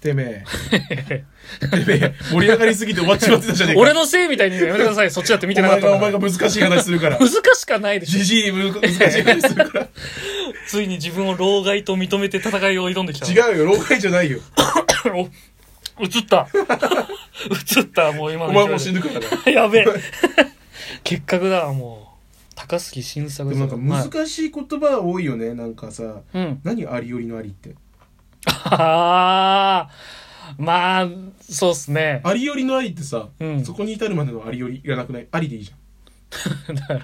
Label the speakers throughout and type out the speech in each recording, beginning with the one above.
Speaker 1: てめえてめえ盛り上がりすぎて終わっちまってたじゃねえか
Speaker 2: 俺のせいみたいにやめてください。そっちだって見てなかったか
Speaker 1: お前が
Speaker 2: ら。
Speaker 1: お前が難しい話する から
Speaker 2: 難しかないでしょ。
Speaker 1: じじいにむ難しい話す るから
Speaker 2: ついに自分を老害と認めて戦いを挑んできた。
Speaker 1: 違うよ老害じゃないよ
Speaker 2: う。映った。 映った、もう今
Speaker 1: お
Speaker 2: の
Speaker 1: 前もう死ぬからな
Speaker 2: やべえ。結核だわ、もう。高杉晋作
Speaker 1: でもな
Speaker 2: は
Speaker 1: んか難しい言葉多いよねなんかさ
Speaker 2: いうん。
Speaker 1: 何ありよりのありって
Speaker 2: ああ。まあ、そうっすね。
Speaker 1: ありよりのありってさ、
Speaker 2: うん
Speaker 1: そこに至るまでのありよりがなくないありでいいじゃん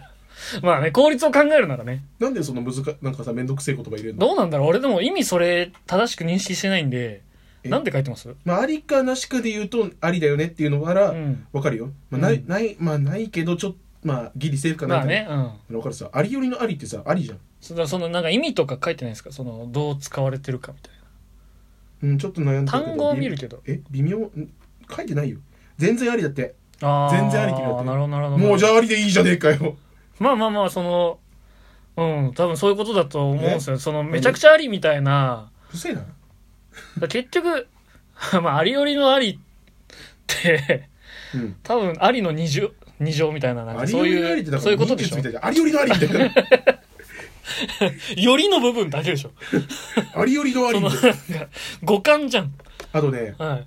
Speaker 2: まあね、効率を考えるならね。
Speaker 1: なんでその難かなんかさめんどくせえ言葉入れるの
Speaker 2: どうなんだろう俺でも意味それ正しく認識してないんで、
Speaker 1: え
Speaker 2: なんで書いてます
Speaker 1: まあありかなしかで言うとありだよねっていうのなら、
Speaker 2: うん。
Speaker 1: わかるよ、まあ、ない、
Speaker 2: うん
Speaker 1: ないまあないけどちょっとまあギリセーフかな
Speaker 2: ま
Speaker 1: み
Speaker 2: あ
Speaker 1: たいな、
Speaker 2: ね、うん。
Speaker 1: わかるさありよりのありってさありじゃん
Speaker 2: その、そのなんか意味とか書いてないですかその、どう使われてるかみたい
Speaker 1: うんちょっと悩ん
Speaker 2: な。
Speaker 1: だけど
Speaker 2: 単語を
Speaker 1: 微
Speaker 2: 見るけど。
Speaker 1: え微妙ん書いてないよ全然ありだって
Speaker 2: あー
Speaker 1: 全然ありきだって
Speaker 2: なるほど、なるほど。
Speaker 1: もうじゃあありでいいじゃねえかよ
Speaker 2: まあまあまあ、その、うん、多分そういうことだと思うんですよ。その、めちゃくちゃありみたいな、
Speaker 1: うるせえな
Speaker 2: だから結局、 まあ、ありよりのありって、
Speaker 1: うん
Speaker 2: 多分ありの二乗、二乗みたいな、なん
Speaker 1: あ
Speaker 2: か
Speaker 1: り
Speaker 2: そ
Speaker 1: よ
Speaker 2: う
Speaker 1: りのあり
Speaker 2: い
Speaker 1: ってだ
Speaker 2: う、
Speaker 1: か
Speaker 2: そういう
Speaker 1: ら
Speaker 2: こ
Speaker 1: 人
Speaker 2: とでし
Speaker 1: 血
Speaker 2: ょ
Speaker 1: みた。いじゃんありよりのありみたい な
Speaker 2: よりの部分だけでしょ。
Speaker 1: ありよりのあり
Speaker 2: そ
Speaker 1: み
Speaker 2: の、
Speaker 1: たい
Speaker 2: なん
Speaker 1: な
Speaker 2: か、五感じゃん。
Speaker 1: あとね
Speaker 2: はい。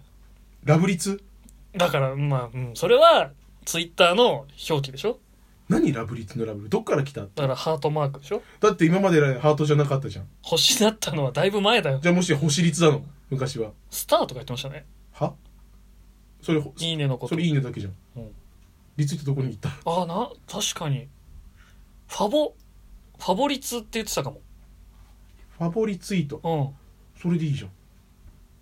Speaker 1: ラブリツ
Speaker 2: だから、まあ、うん、それは、ツイッターの表記でしょ
Speaker 1: 何ラブリツのラブリどっから来た
Speaker 2: だから、ハートマークでしょ
Speaker 1: だって今までハートじゃなかったじゃん
Speaker 2: 星だったのはだいぶ前だよ。
Speaker 1: じゃあもし星律だの昔は
Speaker 2: スターとか言ってましたね。
Speaker 1: はそれほ
Speaker 2: いいねのこと。
Speaker 1: それいいねだけじゃん、
Speaker 2: うん
Speaker 1: リツイートどこに行った
Speaker 2: ああな確かにファボファボリツって言ってたかも
Speaker 1: ファボリツイート
Speaker 2: うん
Speaker 1: それでいいじゃん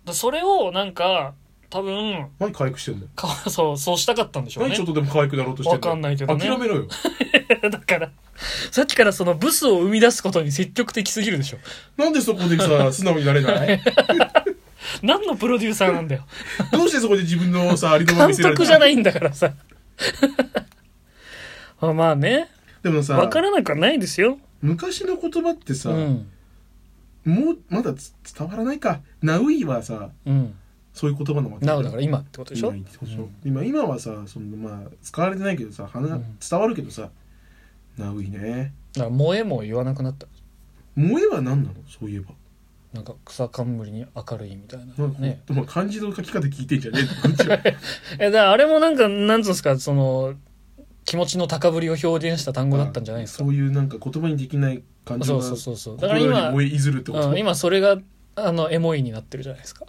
Speaker 2: だそれをなんか多分
Speaker 1: 何可愛くしてんだよ
Speaker 2: か そうそうしたかったんでしょう
Speaker 1: 何
Speaker 2: ね
Speaker 1: ちょっとでも可愛くなろうとしてんだよ
Speaker 2: わかんないけどね
Speaker 1: 諦めろよ
Speaker 2: だからさっきからそのブスを生み出すことに積極的すぎるでしょ
Speaker 1: なんでそこでさ素直になれない
Speaker 2: 何のプロデューサーなんだよ
Speaker 1: どうしてそこで自分のさありのまま
Speaker 2: 監
Speaker 1: 見せられた
Speaker 2: 督じゃないんだからさ あまあね
Speaker 1: でもさ
Speaker 2: 分からなくはないですよ
Speaker 1: 昔の言葉ってさ、
Speaker 2: うん
Speaker 1: もうまだつ伝わらないかナウイはさ
Speaker 2: うん
Speaker 1: そういう言葉のま
Speaker 2: なおだから今ってことでしょ
Speaker 1: 今今今はさそのまあ使われてないけどさ鼻
Speaker 2: うん
Speaker 1: 伝わるけどさ、ナウイね
Speaker 2: だから萌えも言わなくなった
Speaker 1: 萌えは何なのそういえば
Speaker 2: なんか草冠に明るいみたいな
Speaker 1: なんか、
Speaker 2: ね
Speaker 1: でも漢字の書き方聞いてんじゃねえこっち は
Speaker 2: え、だからあれもなんか、なんつうんですか、その、気持ちの高ぶりを表現した単語だったんじゃないですか
Speaker 1: そ。ういうなんか言葉にできない感情
Speaker 2: そう
Speaker 1: が
Speaker 2: そうそうそう。だか
Speaker 1: 心
Speaker 2: ら
Speaker 1: より
Speaker 2: 今、
Speaker 1: 燃えいずるってこと、
Speaker 2: うん、今それが、あの、エモいになってるじゃないですか。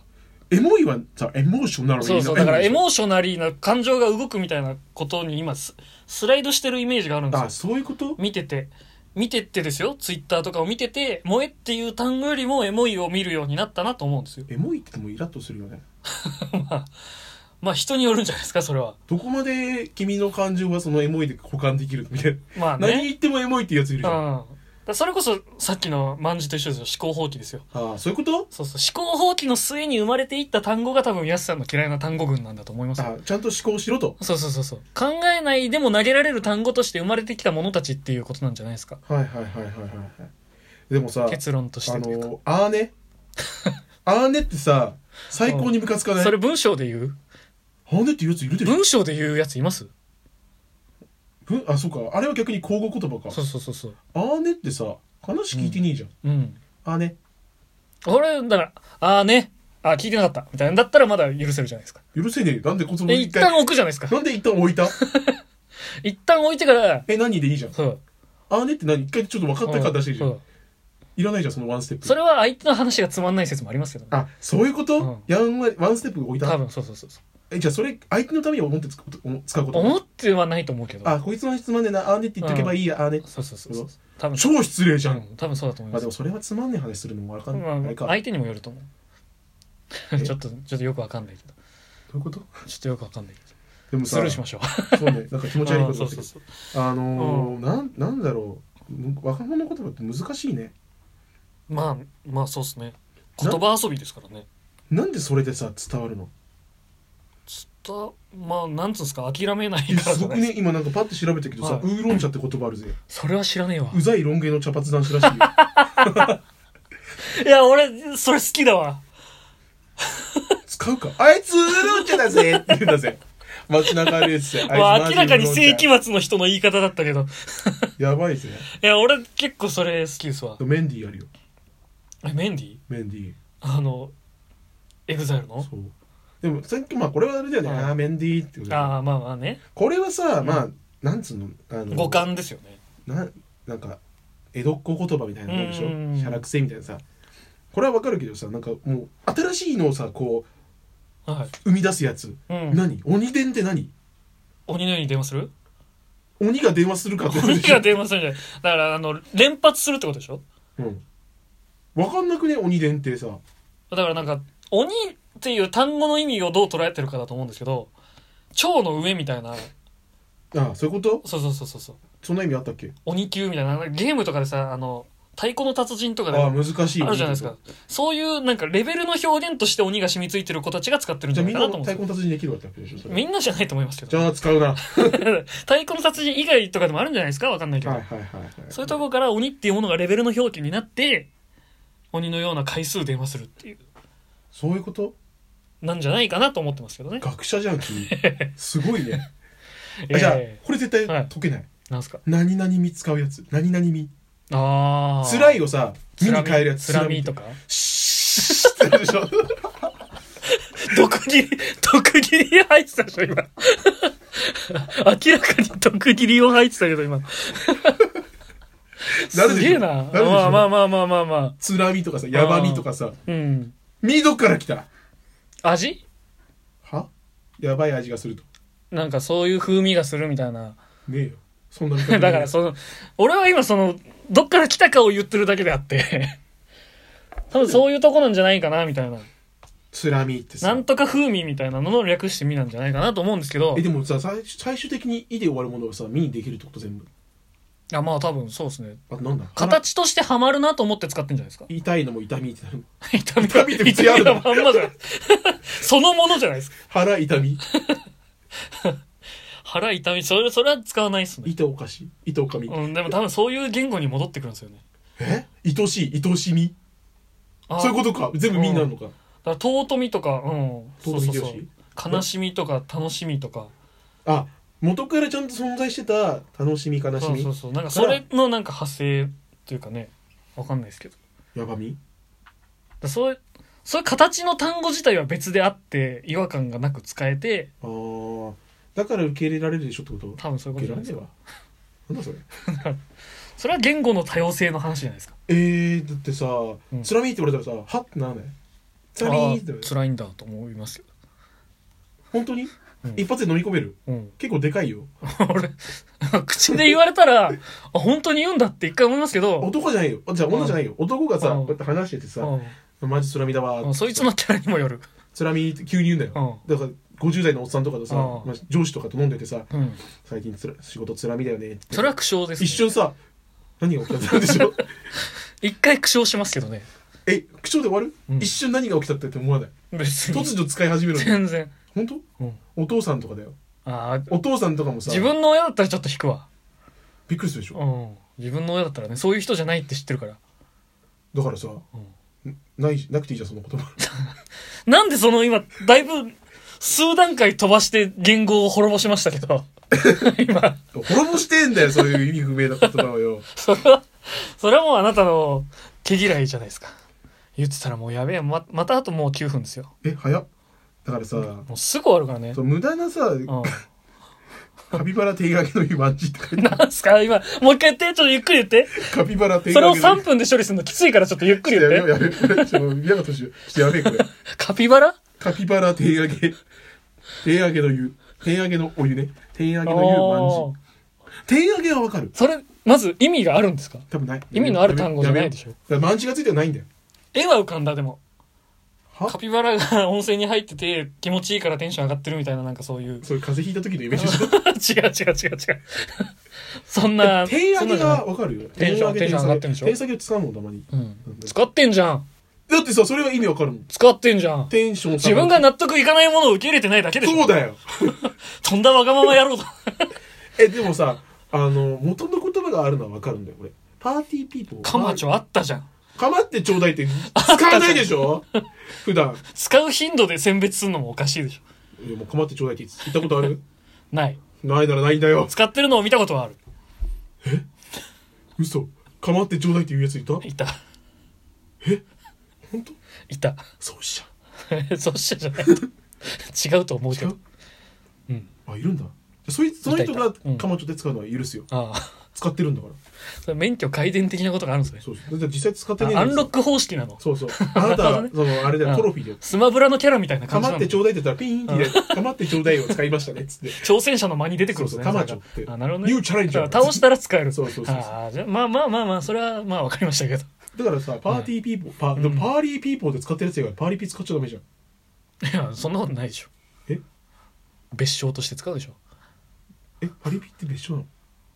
Speaker 1: エモいはさエモーショナル
Speaker 2: そうそう。だから、エ
Speaker 1: い
Speaker 2: モーショナリーな感情が動くみたいなことに今ス、スライドしてるイメージがあるんです
Speaker 1: あ
Speaker 2: よ。
Speaker 1: そういうこと
Speaker 2: 見てて。見てってですよ。ツイッターとかを見てて、萌えっていう単語よりもエモいを見るようになったなと思うんですよ。
Speaker 1: エモいってもうイラッとするよね
Speaker 2: まあ、人によるんじゃないですか、それは。
Speaker 1: どこまで君の感情はそのエモいで保管できるみたい
Speaker 2: まあ
Speaker 1: な、
Speaker 2: ね。
Speaker 1: 何言ってもエモいっていうやついる
Speaker 2: う
Speaker 1: じ
Speaker 2: ん。だ
Speaker 1: ゃん、あ
Speaker 2: からそれこそ、さっきの万字と一緒ですよ。思考放棄ですよ。
Speaker 1: あそういうこと
Speaker 2: そうそう。思考放棄の末に生まれていった単語が多分、安さんの嫌いな単語群なんだと思いますよ。
Speaker 1: あちゃんと思考しろと
Speaker 2: そうそうそうそう。考えないでも投げられる単語として生まれてきたものたちっていうことなんじゃないですか。
Speaker 1: はいはいはいはいはいはいでもさ
Speaker 2: 結論とし
Speaker 1: あ
Speaker 2: てというか。
Speaker 1: のあー ねあーねってさ最高にムカつかない
Speaker 2: それ文章で言う
Speaker 1: あーねっていうやついるでしょ
Speaker 2: 文章で言うやついます
Speaker 1: ぶあそうかあれは逆に口語言葉か
Speaker 2: そうそうそうそう。
Speaker 1: あーねってさ話聞いてねえじゃん、
Speaker 2: うん。
Speaker 1: あーね
Speaker 2: 俺、だから、あーね。あー、聞いてなかった。みたいなんだったらまだ許せるじゃないですか。
Speaker 1: 許せねえよなんでこその
Speaker 2: え、一旦置くじゃな いですか。
Speaker 1: なんで一旦置いた
Speaker 2: 一旦置いてから、
Speaker 1: え何でいいじゃん
Speaker 2: そう。
Speaker 1: あーねって何一回ちょっと分かったか出してるじゃ
Speaker 2: うんん
Speaker 1: いらないじゃんそのワンステップ
Speaker 2: それは相手の話がつまんない説もありますけどね。
Speaker 1: あそういうこと、
Speaker 2: うん
Speaker 1: やんわりワンステップ置い
Speaker 2: 多
Speaker 1: た
Speaker 2: 分、そうそうそうそう。
Speaker 1: えじゃあそれ相手のために思って使うこと思使うこと
Speaker 2: 思ってはないと思うけど。
Speaker 1: あこいつの質問でなあーねって言っとけばいいや、あーね
Speaker 2: そうそうそうそう。多分、
Speaker 1: 超失礼じゃん、
Speaker 2: うん、多分そうだと思い
Speaker 1: まあ
Speaker 2: ま
Speaker 1: ですも。それはつまんねえ話するのもわかんない、あれ
Speaker 2: ま
Speaker 1: かど
Speaker 2: あ、相手にもよると 思
Speaker 1: え
Speaker 2: う。ちょっと、ちょっとよくわかんないけど。
Speaker 1: ういうこと
Speaker 2: ちょっとよくわかんないけど。
Speaker 1: でも
Speaker 2: ス
Speaker 1: さ
Speaker 2: ルーしましょう。
Speaker 1: そうねなんか気持ち悪いこ
Speaker 2: うん
Speaker 1: と
Speaker 2: そう
Speaker 1: だけ
Speaker 2: そ
Speaker 1: ど
Speaker 2: うそう。
Speaker 1: あのーなんなんだろうむ若者言葉って難しいね
Speaker 2: まあ、まあそうですね。
Speaker 1: な
Speaker 2: 言葉遊びですからね。
Speaker 1: なんでそれでさ伝わるの
Speaker 2: ちょっと、まあ、なんつうんですか、諦めない
Speaker 1: え
Speaker 2: から
Speaker 1: す
Speaker 2: じゃ
Speaker 1: ご
Speaker 2: な
Speaker 1: く
Speaker 2: い
Speaker 1: ね今なんかパッて調べたけどさ、
Speaker 2: はい
Speaker 1: ウーロン茶って言葉あるぜ
Speaker 2: それは知らねえわ
Speaker 1: う。ざいロン毛の茶髪男子らしいよ
Speaker 2: いや、俺、それ好きだわ。
Speaker 1: 買うかあいつウーロン茶だぜっ て言うんだぜ街中歩いててあいつ
Speaker 2: まあ
Speaker 1: マジ
Speaker 2: 明らかに
Speaker 1: ウーロン茶
Speaker 2: 世紀末の人の言い方だったけど。
Speaker 1: やばいですね
Speaker 2: いや、俺結構それ好きですわ。
Speaker 1: メンディーあるよ
Speaker 2: え、メンディー
Speaker 1: メンディー
Speaker 2: あの、エグザイルの
Speaker 1: そうでもさっきまあこれはあれだよね、
Speaker 2: はい
Speaker 1: あーメンディーってことだよ
Speaker 2: ああ、まあまあね。
Speaker 1: これはさ、
Speaker 2: うん
Speaker 1: まあなんつうのあの
Speaker 2: 五感ですよね。
Speaker 1: ななんか江戸っ子言葉みたいなのあるでしょ
Speaker 2: うん
Speaker 1: しゃらくせみたいなさこれはわかるけどさなんかもう新しいのをさこう
Speaker 2: はい。
Speaker 1: 生み出すやつ、
Speaker 2: うん。
Speaker 1: 何鬼伝って何
Speaker 2: 鬼のように電話する
Speaker 1: 鬼が電話するかってこと
Speaker 2: 鬼
Speaker 1: でしょ
Speaker 2: が電話するんじゃない。だから、あの、連発するってことでしょ
Speaker 1: うん、わかんなくね鬼伝ってさ
Speaker 2: だからなんか、鬼っていう単語の意味をどう捉えてるかだと思うんですけど、蝶の上みたいな、
Speaker 1: ああそういうこと
Speaker 2: そうそうそうそうそう、
Speaker 1: そんな意味あったっけ
Speaker 2: 鬼級みたいな、ゲームとかでさ、あの、太鼓の達人とかで
Speaker 1: ああ
Speaker 2: あ
Speaker 1: 難しい
Speaker 2: るじゃないですか。そういうなんかレベルの表現として鬼が染み付いてる子たちが使ってるん
Speaker 1: じゃ
Speaker 2: じゃ
Speaker 1: あ
Speaker 2: な
Speaker 1: み
Speaker 2: い
Speaker 1: ん
Speaker 2: か
Speaker 1: な
Speaker 2: なと思うん
Speaker 1: 太
Speaker 2: で
Speaker 1: 鼓の達
Speaker 2: すよ
Speaker 1: 人できるわけだったわけでしょそれ
Speaker 2: みんなじゃないと思いますけ
Speaker 1: じ
Speaker 2: ど。
Speaker 1: ゃあ使うなは
Speaker 2: 太鼓の達人以外とかでもあるんじゃないですかわかんない
Speaker 1: い
Speaker 2: けど。
Speaker 1: はいはいはい
Speaker 2: そういうところから鬼っていうものがレベルの表記になって、鬼のような回数電話するっていう、
Speaker 1: そういうこと
Speaker 2: なんじゃないかなと思ってますけどね。
Speaker 1: 学者じゃん 君すごいね
Speaker 2: い
Speaker 1: あじゃあ
Speaker 2: やいやい
Speaker 1: これ絶対
Speaker 2: はい
Speaker 1: 解けない、
Speaker 2: やなんすか
Speaker 1: 何々み使うやつ何々み
Speaker 2: ああ。
Speaker 1: 辛いをさ「み」に変えるやつ
Speaker 2: つらみと
Speaker 1: か
Speaker 2: か。
Speaker 1: シーってやるでしょ
Speaker 2: 毒斬り、毒斬り入ってたでしょ、今。明らかに毒斬りを入ってたけど、今。
Speaker 1: なるでしょ
Speaker 2: すげえな。
Speaker 1: なるでしょ
Speaker 2: まあまあまあまあまあまあ。
Speaker 1: つらみとかさやばみとかさ
Speaker 2: うん。
Speaker 1: 「み」どっから来た
Speaker 2: 味
Speaker 1: はやばい味がすると
Speaker 2: なんかそういう風味がするみたいな。
Speaker 1: ねえよそんな見方
Speaker 2: だからその、俺は今その、どっから来たかを言ってるだけであって。 多分そういうとこなんじゃないかな、みたいな。
Speaker 1: つらみってさ
Speaker 2: なんとか風味みたいなのの略してみなんじゃないかなと思うんですけど
Speaker 1: え。でもさ最最終的に「い」で終わるものはさ「み」にできるってこと全部
Speaker 2: あ、まあ多分そうですね。
Speaker 1: あとなんだ腹
Speaker 2: 形としてハマるなと思って使ってんじゃないですか。
Speaker 1: 痛いのも痛みってなる
Speaker 2: 痛み
Speaker 1: 痛みって別にあるの
Speaker 2: 痛みのまんまじゃないそのものじゃないですか。
Speaker 1: 腹痛み
Speaker 2: 腹痛み、それ、それは使わないっすね。
Speaker 1: 糸おかし糸おかみ
Speaker 2: うん、でも多分そういう言語に戻ってくるんですよね。
Speaker 1: え愛しい愛しみ
Speaker 2: あ
Speaker 1: そういうことか全部「み」になるのか
Speaker 2: だから尊みとか、うん。そう
Speaker 1: 尊
Speaker 2: そ
Speaker 1: み
Speaker 2: うそ
Speaker 1: 清
Speaker 2: う
Speaker 1: し。
Speaker 2: 悲しみとか、楽しみとか。
Speaker 1: あ元からちゃんと存在してた楽しみ悲し
Speaker 2: そうそう
Speaker 1: み
Speaker 2: そう。なんかそれのなんか派生っていうかね、わかんないですけど。だか
Speaker 1: やばみ
Speaker 2: らそういう、そういう形の単語自体は別であって、違和感がなく使えて、
Speaker 1: あーだから受け入れられるでしょってこと
Speaker 2: 多分そういうこ
Speaker 1: 受
Speaker 2: と
Speaker 1: け
Speaker 2: じ
Speaker 1: ら
Speaker 2: ゃな
Speaker 1: れ
Speaker 2: い
Speaker 1: ね
Speaker 2: で
Speaker 1: え
Speaker 2: す
Speaker 1: わ
Speaker 2: か。
Speaker 1: なんだそれ
Speaker 2: それは言語の多様性の話じゃないですか。
Speaker 1: えー、だってさ
Speaker 2: ん
Speaker 1: 「つらみ」って言われたらさ「はっ」ってならないつらみーってな
Speaker 2: あ
Speaker 1: る
Speaker 2: ー辛いんだと思いますよ。
Speaker 1: 本当に
Speaker 2: うん
Speaker 1: 一発で飲み込める
Speaker 2: うん。
Speaker 1: 結構でかいよ
Speaker 2: 俺、 口で言われたら、あ、本当に言うんだって一回思いますけど、
Speaker 1: 男じゃないよあじゃあ女じゃないよ男がさ
Speaker 2: う
Speaker 1: こう
Speaker 2: ん
Speaker 1: やって話しててさ
Speaker 2: う
Speaker 1: マジつらみだわ
Speaker 2: ん、そいつのキャラにもよる。
Speaker 1: つらみって急に言うんだよ
Speaker 2: う
Speaker 1: だ
Speaker 2: ん。
Speaker 1: から50代のおっさんとかとさ、
Speaker 2: うん
Speaker 1: まあ、上司とかと飲んでてさ
Speaker 2: うん。
Speaker 1: 最近つら仕事つらみだよねって
Speaker 2: それは苦笑です、ね。
Speaker 1: 一瞬さ何が起きたんで しょ
Speaker 2: 一回苦笑しますけどね。
Speaker 1: え口調で終わる、
Speaker 2: うん
Speaker 1: 一瞬何が起きたって思わない
Speaker 2: 別に。
Speaker 1: 突如使い始めるんだよ
Speaker 2: 全然。
Speaker 1: 本当
Speaker 2: うん。
Speaker 1: お父さんとかだよ
Speaker 2: ああ、
Speaker 1: お父さんとかもさ
Speaker 2: 自分の親だったらちょっと引くわ。
Speaker 1: びっくりするでしょ
Speaker 2: うん。自分の親だったらね、そういう人じゃないって知ってるから。
Speaker 1: だからさ、ないなくていいじゃんその言葉
Speaker 2: なんでその今、だいぶ、数段階飛ばして言語を滅ぼしましたけど、 今、
Speaker 1: 滅ぼしてんだよそういう意味不明な言葉を よ
Speaker 2: それは、それはもうあなたの毛嫌いじゃないですか。言ってたらもうやべえ、ま、またあともう9分ですよ。
Speaker 1: え早っだからさ、
Speaker 2: もうすぐ終わるからね
Speaker 1: そ。う無駄なさ、
Speaker 2: う
Speaker 1: カピバラ手掛けの日マッチって書いて
Speaker 2: ん。なんすか今、もう一回言って、ちょっとゆっくり言って。
Speaker 1: カピバラ手
Speaker 2: それを
Speaker 1: 掛けの
Speaker 2: 3分で処理するのきついからちょっとゆっくり
Speaker 1: やめ
Speaker 2: 言
Speaker 1: よ
Speaker 2: っ
Speaker 1: う
Speaker 2: て。
Speaker 1: やめようちょっと宮本氏ちょっとやべえこれ
Speaker 2: カピバラ
Speaker 1: カピバラ手上 げ手上げの湯手上げのお湯ね手上げの湯
Speaker 2: お
Speaker 1: まん
Speaker 2: ー
Speaker 1: じ手上げはわかる
Speaker 2: それ、まず意味があるんですか
Speaker 1: 多分ない
Speaker 2: 意味のある単語じゃないでしょ
Speaker 1: やめようだからまんじがついてはないんだよ
Speaker 2: 絵は浮かんだ、でも。
Speaker 1: は
Speaker 2: カピバラが温泉に入ってて気持ちいいからテンション上がってるみたいななんかそう いう。
Speaker 1: それ風邪ひいた時のイメージでしょ
Speaker 2: 違う違う違う違う。 そんな。
Speaker 1: 手上
Speaker 2: そんな
Speaker 1: げ
Speaker 2: じゃない
Speaker 1: がわかるよ
Speaker 2: テンション
Speaker 1: 手
Speaker 2: テンション上がってるでしょ
Speaker 1: 手下げを使うもんたまに
Speaker 2: うん。使ってんじゃん。
Speaker 1: だってさそれは意味わかるもん
Speaker 2: 使ってんじゃん。
Speaker 1: テンション
Speaker 2: 自分が納得いかないものを受け入れてないだけでしょ。
Speaker 1: そうだよ
Speaker 2: とんだわがまま野 郎だ。
Speaker 1: えでもさあの元の言葉があるのはわかるんだよ俺パーティーピーポー
Speaker 2: カマチ
Speaker 1: ョ
Speaker 2: ョあったじゃん。
Speaker 1: 構ってちょうだいって使わないでしょ普段。
Speaker 2: 使う頻度で選別するのもおかしいでしょ。
Speaker 1: いやもう構ってちょうだいって言ったことある
Speaker 2: ない。
Speaker 1: ないならないんだよ。
Speaker 2: 使ってるのを見たことはある。
Speaker 1: 嘘。構ってちょうだいって言うやついた
Speaker 2: いた。
Speaker 1: 本当
Speaker 2: いた。
Speaker 1: そうし
Speaker 2: そうした じゃない。違うと思う
Speaker 1: ち
Speaker 2: け
Speaker 1: ゃう。
Speaker 2: ど
Speaker 1: 違。
Speaker 2: うん。
Speaker 1: うあ、いるんだ。そいつ、その人
Speaker 2: い
Speaker 1: が
Speaker 2: たいたうん
Speaker 1: 構っちょうだい使うのは許すよ。
Speaker 2: ああ。
Speaker 1: 使ってるんだから。
Speaker 2: それ免許改善的なことがあるんですね。
Speaker 1: そうそう。だって実際使ってねえ
Speaker 2: あアンロ
Speaker 1: ク
Speaker 2: ック方式なの。
Speaker 1: そうそう。あなた
Speaker 2: なる
Speaker 1: は、
Speaker 2: ほ
Speaker 1: その、あれだ
Speaker 2: う
Speaker 1: よ、
Speaker 2: ん
Speaker 1: トロフィーだよ。
Speaker 2: スマブラのキャラみたいな感じな
Speaker 1: 構
Speaker 2: の。
Speaker 1: ってちょうだいって言ったらピーンって言って、構ってちょうだいを使いましたね、つって。
Speaker 2: 挑戦者の間に出てくるんですね。
Speaker 1: そうそう
Speaker 2: そ
Speaker 1: カ
Speaker 2: れが
Speaker 1: マチョって
Speaker 2: あ、なるほどね。
Speaker 1: ニューチャレンジャー
Speaker 2: だから倒したら使える。
Speaker 1: そうそうそうそう
Speaker 2: あーじゃあまあまあまあまあ、それはまあわかりましたけど。
Speaker 1: だからさ、パーティーピーポー、パー、でもパーリーピーポーで使ってるやつやから、パーリーピー使っちゃダメじゃん。
Speaker 2: いや、そんなことないでしょ。
Speaker 1: え
Speaker 2: 別称として使うでしょ。
Speaker 1: え、パーリーピーって別所なの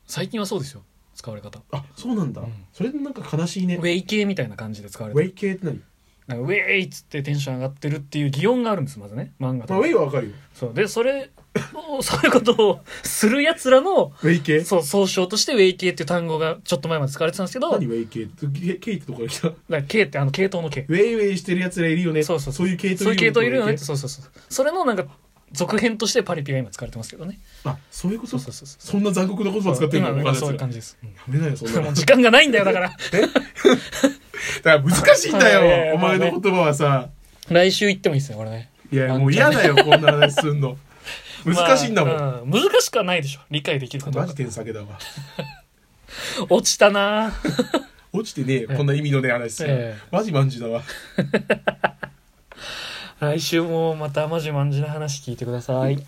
Speaker 2: 最近はそうですよ。使われ方。
Speaker 1: あ、そうなんだ
Speaker 2: うん。
Speaker 1: それなんか悲しいね
Speaker 2: ウ。ェイ系みたいな感じで使われ
Speaker 1: ウ
Speaker 2: て
Speaker 1: ェ
Speaker 2: る
Speaker 1: イ系って何
Speaker 2: なんかウェイっつってテンション上がってるっていう擬音があるんです、まずね。漫
Speaker 1: まあ、
Speaker 2: 画
Speaker 1: ウ
Speaker 2: と
Speaker 1: ェ
Speaker 2: か。
Speaker 1: イはわかるよ。
Speaker 2: そう。で、それ を、そういうことをする奴らの、
Speaker 1: ウェイ系
Speaker 2: そう、総称としてウェイ系っていう単語がちょっと前まで使われてたんですけど、
Speaker 1: 何ウェイ系ケケイってとこに来た。ウ
Speaker 2: だ系ってあの系統の系。
Speaker 1: ェイウェイしてるやつらいるよね。
Speaker 2: そうそう
Speaker 1: そういう系統
Speaker 2: そういう系統いるよ
Speaker 1: ウ
Speaker 2: ねっ
Speaker 1: ェイ
Speaker 2: て
Speaker 1: 系
Speaker 2: そうそうそうそれのなんか続編としてパリピが今使われてますけどね
Speaker 1: あ、そういうこと
Speaker 2: そ
Speaker 1: そ
Speaker 2: うそうそうそ
Speaker 1: んな残酷な言葉
Speaker 2: う
Speaker 1: 使ってるの他の
Speaker 2: 今今
Speaker 1: やつ
Speaker 2: そういう
Speaker 1: や
Speaker 2: 感じです、うん
Speaker 1: めなよ、そんな
Speaker 2: も
Speaker 1: の
Speaker 2: う。時間がないんだよだから
Speaker 1: えだから難しいんだ
Speaker 2: いやいやいや
Speaker 1: よ、お前の言葉はさ。
Speaker 2: 来週行ってもいいですねこれね
Speaker 1: いや、もう嫌だよ、こんな話すんの。難しいんだもん。
Speaker 2: まあう難しくはないでしょ理解できるかどう
Speaker 1: マ
Speaker 2: か
Speaker 1: ジ天酒だわ。
Speaker 2: 落ちたなぁ
Speaker 1: 落ちてねえよ、こんな意味のねえ話する
Speaker 2: ええ。
Speaker 1: マジマンジだわ。
Speaker 2: 来週もまたまじまんじな話聞いてください